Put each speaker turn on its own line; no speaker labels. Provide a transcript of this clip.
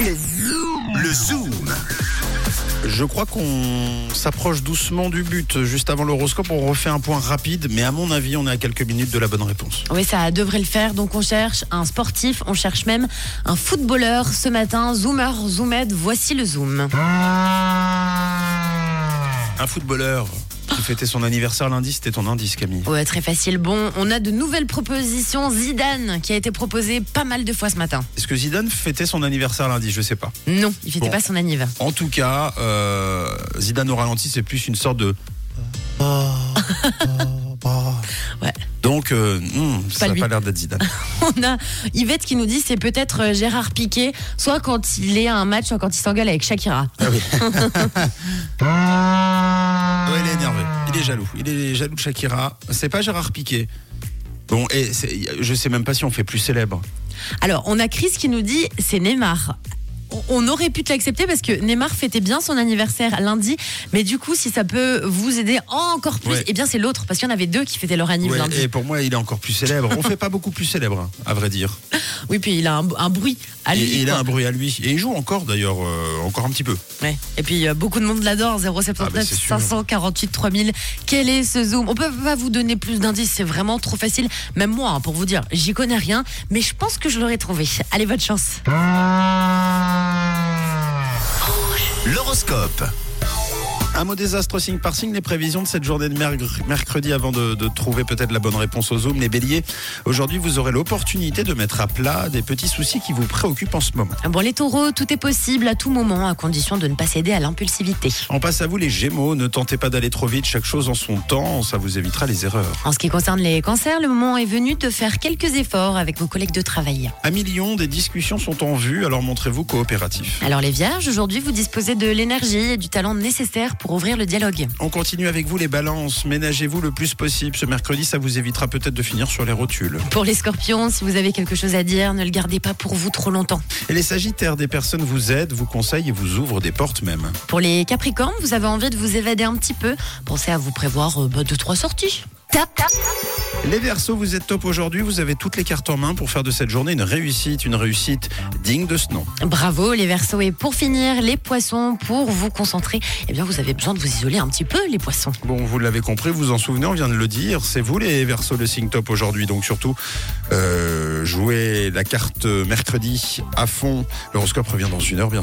Le zoom.
Le zoom.
Je crois qu'on s'approche doucement du but. Juste avant l'horoscope, on refait un point rapide, mais à mon avis, on est à quelques minutes de la bonne réponse.
Oui, ça devrait le faire. Donc, on cherche un sportif, on cherche même un footballeur ce matin. Zoomer, Zoomed, voici le zoom.
Un footballeur qui fêtait son anniversaire lundi, c'était ton indice, Camille.
Ouais, très facile. Bon, on a de nouvelles propositions. Zidane, qui a été proposé pas mal de fois ce matin.
Est-ce que Zidane fêtait son anniversaire lundi Je sais pas.
Non, il fêtait
Bon.
pas son anniversaire.
En tout cas, euh, Zidane au ralenti, c'est plus une sorte de.
Ouais.
Donc, euh, hmm, ça n'a
lui.
pas l'air d'être Zidane.
On a Yvette qui nous dit c'est peut-être euh, Gérard Piquet, soit quand il est à un match, soit quand il s'engueule avec Shakira.
Ouais, il est énervé. Il est jaloux. Il est jaloux de Shakira. C'est pas Gérard Piquet. Bon, et c'est- je sais même pas si on fait plus célèbre.
Alors, on a Chris qui nous dit c'est Neymar. On- On aurait pu te l'accepter parce que Neymar fêtait bien son anniversaire lundi, mais du coup, si ça peut vous aider encore plus,
Ouais.
eh bien c'est l'autre parce qu'il y en avait deux qui fêtaient leur
Ouais,
anniversaire lundi.
et pour moi, il est encore plus célèbre. On fait pas beaucoup plus célèbre, hein, à vrai dire.
Oui, puis il a un, un bruit à lui.
Et- et il a
quoi.
un bruit à lui. Et il joue encore, d'ailleurs, euh, encore un petit peu.
Ouais. Et puis euh, beaucoup de monde l'adore, 079
Ah bah, c'est sûr.
548 3000. Quel est ce zoom On peut pas vous donner plus d'indices, c'est vraiment trop facile. Même moi, hein, pour vous dire, j'y connais rien, mais je pense que je l'aurais trouvé. Allez, bonne chance.
L'horoscope.
Un mot désastre signe par signe, les prévisions de cette journée de merc- mercredi avant de, de trouver peut-être la bonne réponse au Zoom, les béliers. Aujourd'hui, vous aurez l'opportunité de mettre à plat des petits soucis qui vous préoccupent en ce moment.
Bon, les taureaux, tout est possible à tout moment, à condition de ne pas céder à l'impulsivité.
On passe à vous les gémeaux, ne tentez pas d'aller trop vite, chaque chose en son temps, ça vous évitera les erreurs.
En ce qui concerne les cancers, le moment est venu de faire quelques efforts avec vos collègues de travail.
À Million, des discussions sont en vue, alors montrez-vous coopératif.
Alors les vierges, aujourd'hui vous disposez de l'énergie et du talent nécessaires pour ouvrir le dialogue.
On continue avec vous les balances, ménagez-vous le plus possible, ce mercredi ça vous évitera peut-être de finir sur les rotules.
Pour les scorpions, si vous avez quelque chose à dire, ne le gardez pas pour vous trop longtemps.
Et les sagittaires, des personnes vous aident, vous conseillent et vous ouvrent des portes même.
Pour les Capricornes, vous avez envie de vous évader un petit peu. Pensez à vous prévoir 2 deux trois sorties.
Les Verseaux, vous êtes top aujourd'hui, vous avez toutes les cartes en main pour faire de cette journée une réussite, une réussite digne de ce nom.
Bravo les Verseaux et pour finir les Poissons pour vous concentrer. Eh bien vous avez besoin de vous isoler un petit peu les Poissons.
Bon, vous l'avez compris, vous vous en souvenez, on vient de le dire, c'est vous les Verseaux le signe top aujourd'hui, donc surtout euh, jouez la carte mercredi à fond. L'horoscope revient dans une heure bien sûr.